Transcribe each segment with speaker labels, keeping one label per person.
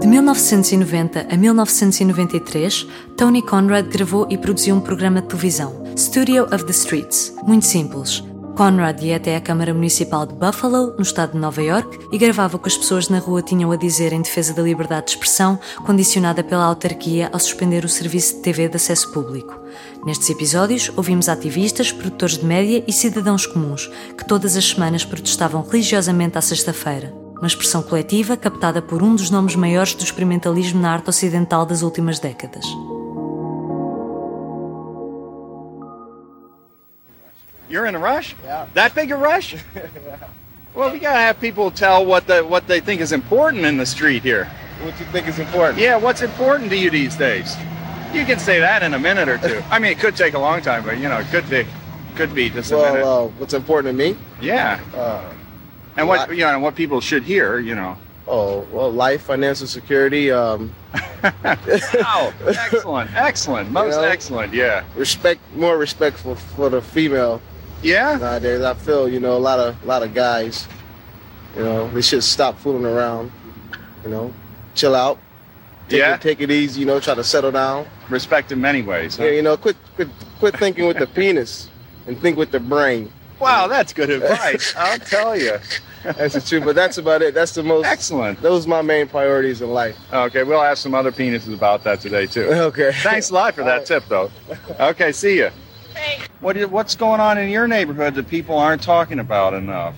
Speaker 1: De 1990 a 1993, Tony Conrad gravou e produziu um programa de televisão, Studio of the Streets. Muito simples. Conrad ia até a Câmara Municipal de Buffalo, no estado de Nova York, e gravava o que as pessoas na rua tinham a dizer em defesa da liberdade de expressão, condicionada pela autarquia ao suspender o serviço de TV de acesso público. Nestes episódios, ouvimos ativistas, produtores de média e cidadãos comuns, que todas as semanas protestavam religiosamente à sexta-feira. Uma expressão coletiva captada por um dos nomes maiores do experimentalismo na arte ocidental das últimas décadas.
Speaker 2: You're in a rush? Yeah. That big a rush? Well, we gotta have people tell what the what they think is important in the street here.
Speaker 3: What you think is important?
Speaker 2: Yeah, what's important to you these days? You can say that in a minute or two. I mean, it could take a long time, but you know, it could be, could be just a minute.
Speaker 3: Well, uh, what's important to me?
Speaker 2: yeah,
Speaker 3: Uh,
Speaker 2: and what
Speaker 3: lot-
Speaker 2: you know, and what people should hear, you know.
Speaker 3: oh, well, life, financial security, um,
Speaker 2: Wow, excellent, excellent, most
Speaker 3: know?
Speaker 2: excellent, yeah,
Speaker 3: respect, more respect for, for the female
Speaker 2: yeah.
Speaker 3: nowadays. I feel, you know, a lot of, lot of guys, you know, they should stop fooling around, you know, chill out. Take
Speaker 2: Yeah.
Speaker 3: It, take it easy, you know, try to settle down.
Speaker 2: Respect in many ways. huh?
Speaker 3: Yeah, you know, quit, quit, quit thinking with the penis and think with the brain.
Speaker 2: Wow, that's good advice. I'll tell you.
Speaker 3: That's the truth, but that's about it. That's the most,
Speaker 2: Excellent.
Speaker 3: those are my main priorities in life.
Speaker 2: Okay, we'll ask some other penises about that today too.
Speaker 3: Okay.
Speaker 2: Thanks a lot for that tip, though. Okay, see you. Hey. What is, what's going on in your neighborhood that people aren't talking about enough?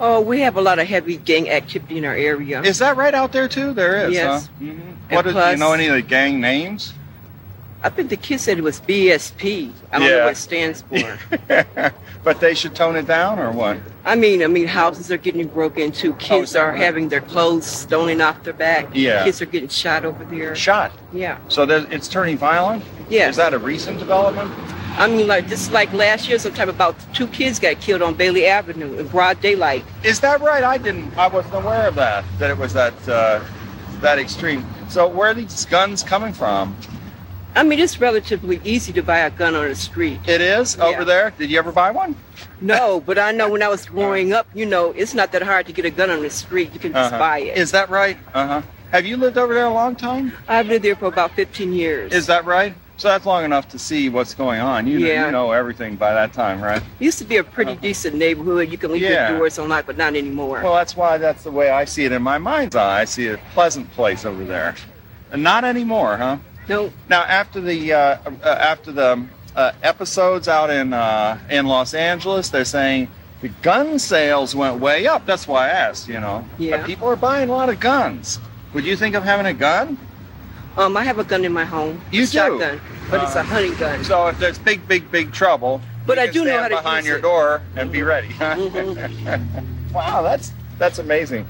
Speaker 4: Oh, we have a lot of heavy gang activity in our area.
Speaker 2: Is that right out there too? There is.
Speaker 4: Yes. Mm-hmm.
Speaker 2: Huh? Mhm.
Speaker 4: And
Speaker 2: What is, do you
Speaker 4: plus-
Speaker 2: know any of the gang names?
Speaker 4: I think the kid said it was BSP. I don't
Speaker 2: Yeah.
Speaker 4: know what it stands for.
Speaker 2: but they should tone it down or what?
Speaker 4: I mean, I mean, houses are getting broken into.
Speaker 2: Oh,
Speaker 4: Kids are
Speaker 2: definitely.
Speaker 4: having their clothes stolen off their back.
Speaker 2: Yeah.
Speaker 4: Kids are getting shot over there.
Speaker 2: Shot.
Speaker 4: Yeah.
Speaker 2: So there's, it's turning violent.
Speaker 4: Yes.
Speaker 2: Is that a recent development?
Speaker 4: I mean, like just like last year, sometime about two kids got killed on Bailey Avenue in broad daylight.
Speaker 2: Is that right? I didn't. I wasn't aware of that. That it was that uh, that extreme. So where are these guns coming from?
Speaker 4: I mean, it's relatively easy to buy a gun on the street.
Speaker 2: It is
Speaker 4: Yeah.
Speaker 2: over there. Did you ever buy one?
Speaker 4: No, but I know when I was growing up, you know, it's not that hard to get a gun on the street. You can just
Speaker 2: Uh-huh.
Speaker 4: buy it.
Speaker 2: Is that right? Uh huh. Have you lived over there a long time?
Speaker 4: I've lived there for about 15 years.
Speaker 2: Is that right? So that's long enough to see what's going on. You,
Speaker 4: Yeah.
Speaker 2: you know everything by that time, right?
Speaker 4: Used to be a pretty decent neighborhood. You can leave
Speaker 2: Uh-huh. Yeah.
Speaker 4: your doors unlocked, but not anymore.
Speaker 2: Well, that's why that's the way I see it in my mind's eye. I see a pleasant place over there. And not anymore, huh?
Speaker 4: no,
Speaker 2: Now, after the uh, uh, after the uh, episodes out in uh, in Los Angeles, they're saying the gun sales went way up. That's why I asked. You know,
Speaker 4: Yeah.
Speaker 2: But people are buying a lot of guns. Would you think of having a gun?
Speaker 4: um, I have a gun in my home.
Speaker 2: You
Speaker 4: a
Speaker 2: do?
Speaker 4: shotgun, but it's
Speaker 2: Uh,
Speaker 4: a hunting gun.
Speaker 2: So if there's big, big, big trouble,
Speaker 4: But
Speaker 2: you
Speaker 4: I
Speaker 2: can
Speaker 4: do know
Speaker 2: stand
Speaker 4: how to
Speaker 2: behind
Speaker 4: use
Speaker 2: your
Speaker 4: it.
Speaker 2: door and be ready.
Speaker 4: Mhm.
Speaker 2: wow, that's that's amazing.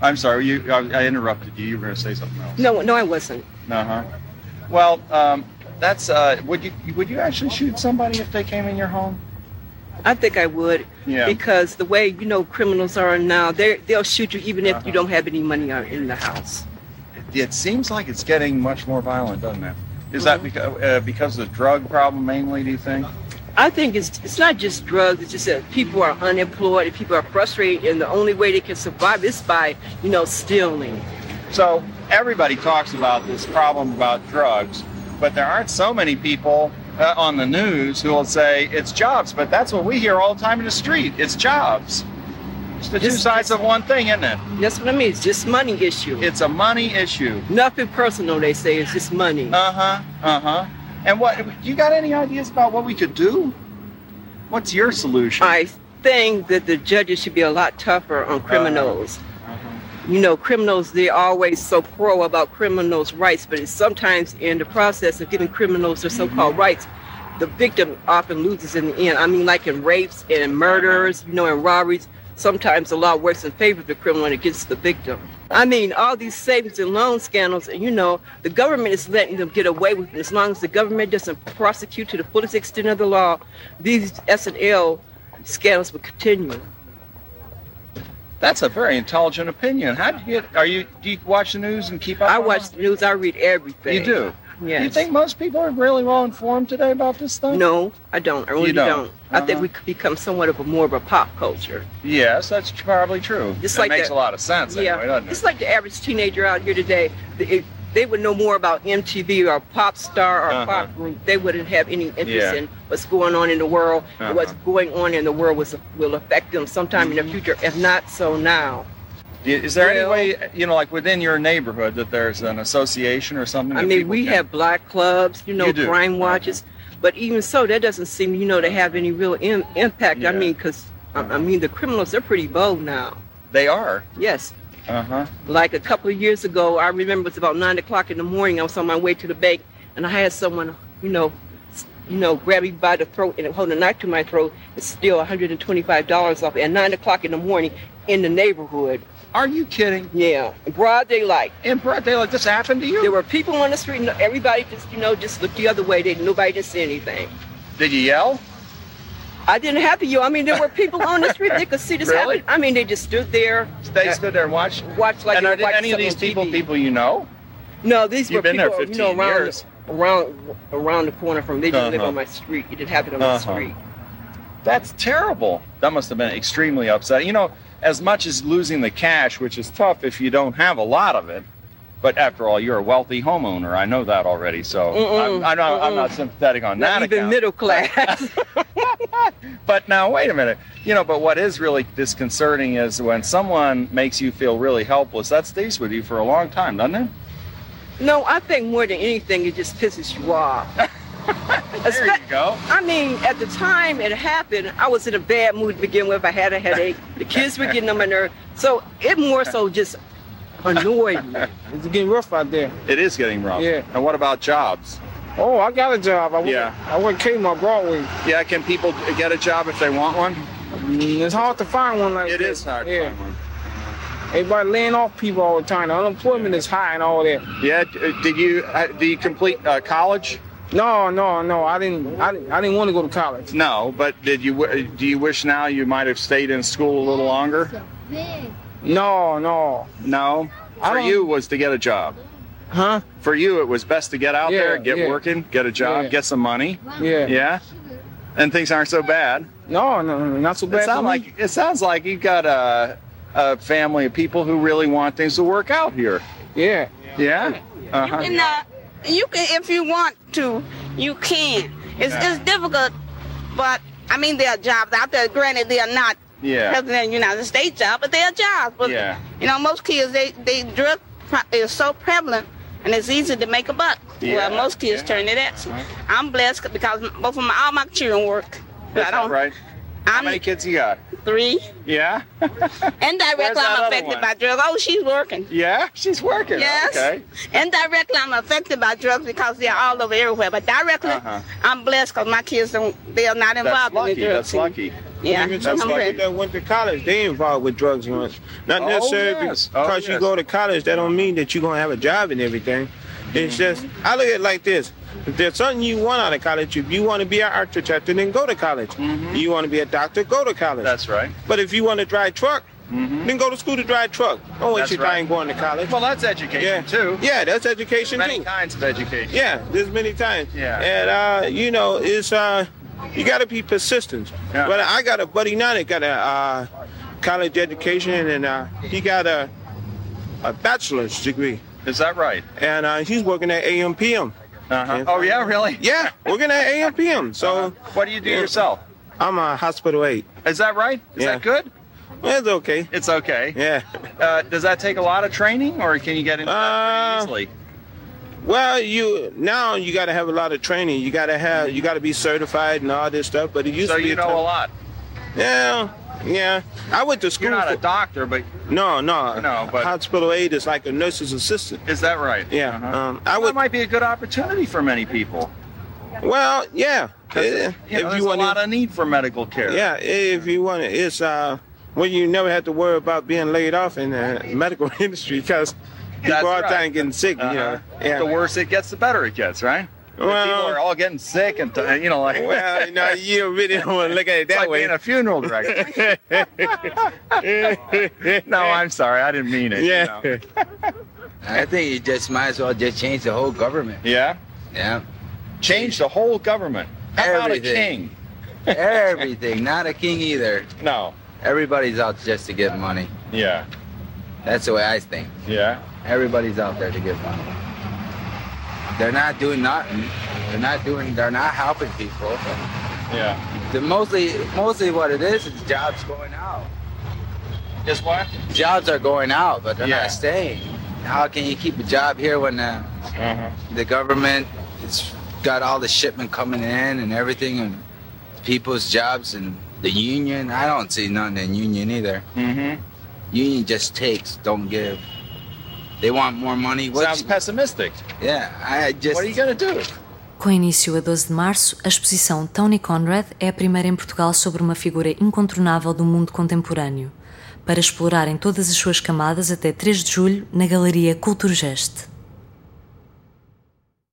Speaker 2: I'm sorry, you. I, I interrupted you. You were going to say something else.
Speaker 4: No, no, I wasn't.
Speaker 2: Uh huh. Well, um, that's. Uh, would you would you actually shoot somebody if they came in your home?
Speaker 4: I think I would.
Speaker 2: Yeah.
Speaker 4: Because the way you know criminals are now, they they'll shoot you even if
Speaker 2: Uh-huh.
Speaker 4: you don't have any money on- in the house.
Speaker 2: It seems like it's getting much more violent, doesn't it? Is that
Speaker 4: Mm-hmm.
Speaker 2: because, uh, because of the drug problem mainly, do you think?
Speaker 4: I think it's it's not just drugs. It's just that people are unemployed and people are frustrated, and the only way they can survive is by you know stealing.
Speaker 2: So everybody talks about this problem about drugs, but there aren't so many people uh, on the news who will say it's jobs, but that's what we hear all the time in the street. It's jobs. It's the two
Speaker 4: It's-
Speaker 2: sides of one thing, isn't it?
Speaker 4: That's what I mean. It's just money issue.
Speaker 2: It's a money issue.
Speaker 4: Nothing personal, they say. It's just money.
Speaker 2: Uh huh. Uh huh. And what you got any ideas about what we could do? What's your solution?
Speaker 4: I think that the judges should be a lot tougher on criminals. You know, criminals, they're always so pro about criminals' rights, but it's sometimes in the process of giving criminals their so
Speaker 2: Mm-hmm.
Speaker 4: called rights, the victim often loses in the end. I mean, like in rapes and in murders, you know, in robberies, sometimes the law works in favor of the criminal and against the victim. I mean, all these savings and loan scandals, and you know, the government is letting them get away with it. As long as the government doesn't prosecute to the fullest extent of the law, these S&L scandals will continue.
Speaker 2: That's a very intelligent opinion. How do you get? Are you do you watch the news and keep up?
Speaker 4: I
Speaker 2: on
Speaker 4: watch the news, I read
Speaker 2: that?
Speaker 4: everything.
Speaker 2: You do. Do you
Speaker 4: Yes.
Speaker 2: think most people are really well informed today about this stuff?
Speaker 4: No, I don't. I really
Speaker 2: You
Speaker 4: don't.
Speaker 2: don't.
Speaker 4: I think
Speaker 2: Uh-huh.
Speaker 4: we could become somewhat of a more of a pop culture.
Speaker 2: Yes, that's tr- probably true.
Speaker 4: Just
Speaker 2: that
Speaker 4: like
Speaker 2: makes
Speaker 4: the-
Speaker 2: a lot of sense
Speaker 4: yeah,
Speaker 2: anyway, doesn't it?
Speaker 4: it's like the average teenager out here today. th- If they would know more about MTV or a pop star or a
Speaker 2: Uh-huh.
Speaker 4: pop group, they wouldn't have any interest
Speaker 2: Yeah.
Speaker 4: in what's going on in the world. and What's
Speaker 2: Uh-huh. Mm-hmm.
Speaker 4: going on in the world was, will affect them sometime in the future, if not so now.
Speaker 2: I- Is there any
Speaker 4: Well-
Speaker 2: way, you know, like within your neighborhood that there's an association or something?
Speaker 4: I
Speaker 2: that
Speaker 4: mean,
Speaker 2: people
Speaker 4: we
Speaker 2: can-
Speaker 4: have black clubs, you know,
Speaker 2: You do.
Speaker 4: crime watches, but even so, that doesn't seem, you know, to have any real Im- impact.
Speaker 2: Yeah. Uh-huh.
Speaker 4: I mean, because I mean, the criminals they're pretty bold now.
Speaker 2: They are.
Speaker 4: Yes,
Speaker 2: Uh huh.
Speaker 4: like a couple of years ago, I remember it's about nine o'clock in the morning. I was on my way to the bank, and I had someone, you know, s- you know, grab me by the throat and hold a knife to my throat and steal one hundred and twenty-five dollars off at nine o'clock in the morning in the neighborhood.
Speaker 2: Are you kidding?
Speaker 4: Yeah, in broad daylight.
Speaker 2: In broad daylight, this happened to you?
Speaker 4: There were people on the street, and everybody just, you know, just looked the other way. They, nobody didn't say anything.
Speaker 2: Did you yell?
Speaker 4: I didn't have to you. I mean, there were people on the street. They could see this
Speaker 2: Really?
Speaker 4: happen. I mean, they just stood there,
Speaker 2: They
Speaker 4: Uh,
Speaker 2: stood there and watched.
Speaker 4: watched like
Speaker 2: and
Speaker 4: they
Speaker 2: are
Speaker 4: were watching
Speaker 2: any of these
Speaker 4: something
Speaker 2: people
Speaker 4: on TV.
Speaker 2: people you know?
Speaker 4: No, these
Speaker 2: You've
Speaker 4: were
Speaker 2: been there
Speaker 4: people, you
Speaker 2: 15
Speaker 4: know, around,
Speaker 2: years.
Speaker 4: around, around the corner from. They didn't live
Speaker 2: Uh-huh.
Speaker 4: on my street. It didn't happen on
Speaker 2: Uh-huh.
Speaker 4: my street.
Speaker 2: That's terrible. That must have been extremely upsetting. You know, as much as losing the cash, which is tough if you don't have a lot of it, but after all, you're a wealthy homeowner. I know that already, so I'm,
Speaker 4: Mm-mm.
Speaker 2: I'm, not, I'm
Speaker 4: Mm-mm.
Speaker 2: not sympathetic on
Speaker 4: Not
Speaker 2: that
Speaker 4: even
Speaker 2: account.
Speaker 4: middle class.
Speaker 2: But now, wait a minute. You know, but what is really disconcerting is when someone makes you feel really helpless. That stays with you for a long time, doesn't it?
Speaker 4: no, I think more than anything, it just pisses you off.
Speaker 2: There you go.
Speaker 4: I mean, at the time it happened, I was in a bad mood to begin with. I had a headache. The kids were getting on my nerves. So it more so just annoyed me.
Speaker 5: It's getting rough out there.
Speaker 2: It is getting rough.
Speaker 5: Yeah.
Speaker 2: And what about jobs?
Speaker 5: Oh, I got a job. I work,
Speaker 2: Yeah.
Speaker 5: I work Kmart Broadway.
Speaker 2: Yeah, can people get a job if they want one?
Speaker 5: Mm, It's hard to find one like
Speaker 2: It
Speaker 5: that.
Speaker 2: is hard to
Speaker 5: Yeah.
Speaker 2: find one.
Speaker 5: Everybody laying off people all the time. The unemployment is high and all that.
Speaker 2: Yeah. d- uh, Did you uh, did you complete uh, college?
Speaker 5: No, no, no. I didn't. I didn't, I didn't want to go to college.
Speaker 2: No, but did you w- uh, do you wish now you might have stayed in school a little longer?
Speaker 5: No, no.
Speaker 2: No.
Speaker 5: I
Speaker 2: For
Speaker 5: don't-
Speaker 2: you was to get a job.
Speaker 5: Huh?
Speaker 2: For you it was best to get out
Speaker 5: Yeah,
Speaker 2: there, get
Speaker 5: yeah.
Speaker 2: working, get a job,
Speaker 5: Yeah.
Speaker 2: get some money.
Speaker 5: Yeah.
Speaker 2: Yeah. And things aren't so bad.
Speaker 5: No, no, no, not so bad.
Speaker 2: It
Speaker 5: for
Speaker 2: sounds
Speaker 5: me.
Speaker 2: like it sounds like you've got a, a family of people who really want things to work out here.
Speaker 5: Yeah.
Speaker 2: Yeah.
Speaker 6: You
Speaker 2: Uh-huh.
Speaker 6: know, uh, you can if you want to, you can. It's
Speaker 2: Yeah.
Speaker 6: it's difficult, but I mean there are jobs out there. Granted, they are not
Speaker 2: Yeah.
Speaker 6: president of the United States job, but they are jobs. But
Speaker 2: Yeah.
Speaker 6: you know, most kids they they drug pro- is so prevalent, and it's easy to make a buck.
Speaker 2: Yeah,
Speaker 6: Well, most kids
Speaker 2: yeah.
Speaker 6: turn to that. So
Speaker 2: Right.
Speaker 6: I'm blessed because both of my all my children work.
Speaker 2: That's
Speaker 6: I don't.
Speaker 2: right. How
Speaker 6: I'm
Speaker 2: many kids you got?
Speaker 6: three.
Speaker 2: Yeah. Where's
Speaker 6: Indirectly,
Speaker 2: that other
Speaker 6: I'm affected
Speaker 2: one?
Speaker 6: by drugs. Oh, she's working.
Speaker 2: Yeah, she's working.
Speaker 6: Yes.
Speaker 2: Okay.
Speaker 6: Indirectly, I'm affected by drugs because they're all over everywhere. But directly,
Speaker 2: Uh-huh.
Speaker 6: I'm blessed because my kids don't—they're not
Speaker 2: That's
Speaker 6: involved
Speaker 2: lucky.
Speaker 6: in the drugs.
Speaker 2: That's lucky.
Speaker 6: Yeah,
Speaker 5: Even
Speaker 2: That's
Speaker 5: some
Speaker 6: I'm
Speaker 2: lucky.
Speaker 5: people
Speaker 6: ready.
Speaker 5: that went to college, they involved with drugs and much. Not
Speaker 2: Oh,
Speaker 5: necessarily be-
Speaker 2: yes.
Speaker 5: because
Speaker 2: Oh,
Speaker 5: you
Speaker 2: yes.
Speaker 5: go to college, that don't mean that you're gonna have a job and everything. It's
Speaker 2: Mm-hmm.
Speaker 5: just I look at it like this. If there's something you want out of college, if you want to be an architect, then go to college. You want to be a doctor, go to college.
Speaker 2: Mm-hmm. That's right.
Speaker 5: but if you want to drive truck, then go to school to drive truck. Don't waste
Speaker 2: That's
Speaker 5: your
Speaker 2: right.
Speaker 5: time going to college.
Speaker 2: Well, that's education
Speaker 5: yeah,
Speaker 2: too.
Speaker 5: Yeah, that's education
Speaker 2: Many
Speaker 5: too.
Speaker 2: kinds of education.
Speaker 5: Yeah, there's many times.
Speaker 2: Yeah.
Speaker 5: And uh, you know, it's uh, you got to be persistent.
Speaker 2: Yeah.
Speaker 5: But I got a buddy now that got a uh, college education and uh, he got a a bachelor's degree,
Speaker 2: Is that right?
Speaker 5: and uh, he's working at AMPM.
Speaker 2: Uh-huh. Oh yeah, really?
Speaker 5: Yeah, working at AMPM. So
Speaker 2: What do you do
Speaker 5: Yeah.
Speaker 2: yourself?
Speaker 5: I'm a hospital aide.
Speaker 2: Is that right? Is
Speaker 5: Yeah.
Speaker 2: that good?
Speaker 5: Well, it's okay.
Speaker 2: It's okay.
Speaker 5: Yeah.
Speaker 2: Uh, does that take a lot of training, or can you get into that pretty
Speaker 5: Uh,
Speaker 2: easily?
Speaker 5: Well, you now you got to have a lot of training. You got to have you got to be certified and all this stuff. But it used
Speaker 2: So
Speaker 5: to be
Speaker 2: you know a lot.
Speaker 5: Yeah, yeah. I went to school.
Speaker 2: You're not a
Speaker 5: for-
Speaker 2: doctor, but
Speaker 5: No, no,
Speaker 2: No, but-
Speaker 5: hospital aide is like a nurse's assistant.
Speaker 2: is that right?
Speaker 5: Yeah,
Speaker 2: Uh-huh.
Speaker 5: um, I
Speaker 2: that
Speaker 5: would.
Speaker 2: might be a good opportunity for many people.
Speaker 5: Well, yeah.
Speaker 2: 'Cause,
Speaker 5: Eh,
Speaker 2: you know,
Speaker 5: if
Speaker 2: there's
Speaker 5: you
Speaker 2: a
Speaker 5: want
Speaker 2: lot
Speaker 5: to,
Speaker 2: of need for medical care.
Speaker 5: yeah, if you want to, it's uh, when you never have to worry about being laid off in the medical industry because people
Speaker 2: That's
Speaker 5: all the
Speaker 2: right.
Speaker 5: time getting sick.
Speaker 2: Uh-huh.
Speaker 5: You know? Yeah.
Speaker 2: The worse it gets, the better it gets, right? If people
Speaker 5: Well-
Speaker 2: are all getting sick, and uh, you know, like
Speaker 5: Well, you know, you don't really don't want to look at it
Speaker 2: It's
Speaker 5: that
Speaker 2: like
Speaker 5: way.
Speaker 2: being a funeral director. no, I'm sorry, I didn't mean it. you
Speaker 5: yeah.
Speaker 2: know.
Speaker 7: I think you just might as well just change the whole government.
Speaker 2: Yeah?
Speaker 7: Yeah.
Speaker 2: Change the whole government. How about a
Speaker 7: Everything.
Speaker 2: king?
Speaker 7: Everything. Not a king either.
Speaker 2: No.
Speaker 7: Everybody's out just to get money.
Speaker 2: Yeah.
Speaker 7: That's the way I think.
Speaker 2: Yeah.
Speaker 7: Everybody's out there to get money. They're not doing nothing. They're not doing. They're not helping people.
Speaker 2: Yeah.
Speaker 7: The mostly, mostly what it is is jobs going out.
Speaker 2: Just what?
Speaker 7: Jobs are going out, but they're
Speaker 2: Yeah.
Speaker 7: not staying. How can you keep a job here when uh, the
Speaker 2: Uh-huh.
Speaker 7: the government has got all the shipment coming in and everything and people's jobs and the union i don't see nothing in union either
Speaker 2: Mm-hmm.
Speaker 7: union just takes don't give they want more money
Speaker 2: Sounds
Speaker 7: what's
Speaker 2: pessimistic.
Speaker 7: yeah i just
Speaker 2: What are you gonna do?
Speaker 1: Com início a 12 de março, a exposição Tony Conrad é a primeira em Portugal sobre uma figura incontornável do mundo contemporâneo, para explorar em todas as suas camadas até 3 de julho na Galeria Culturgest.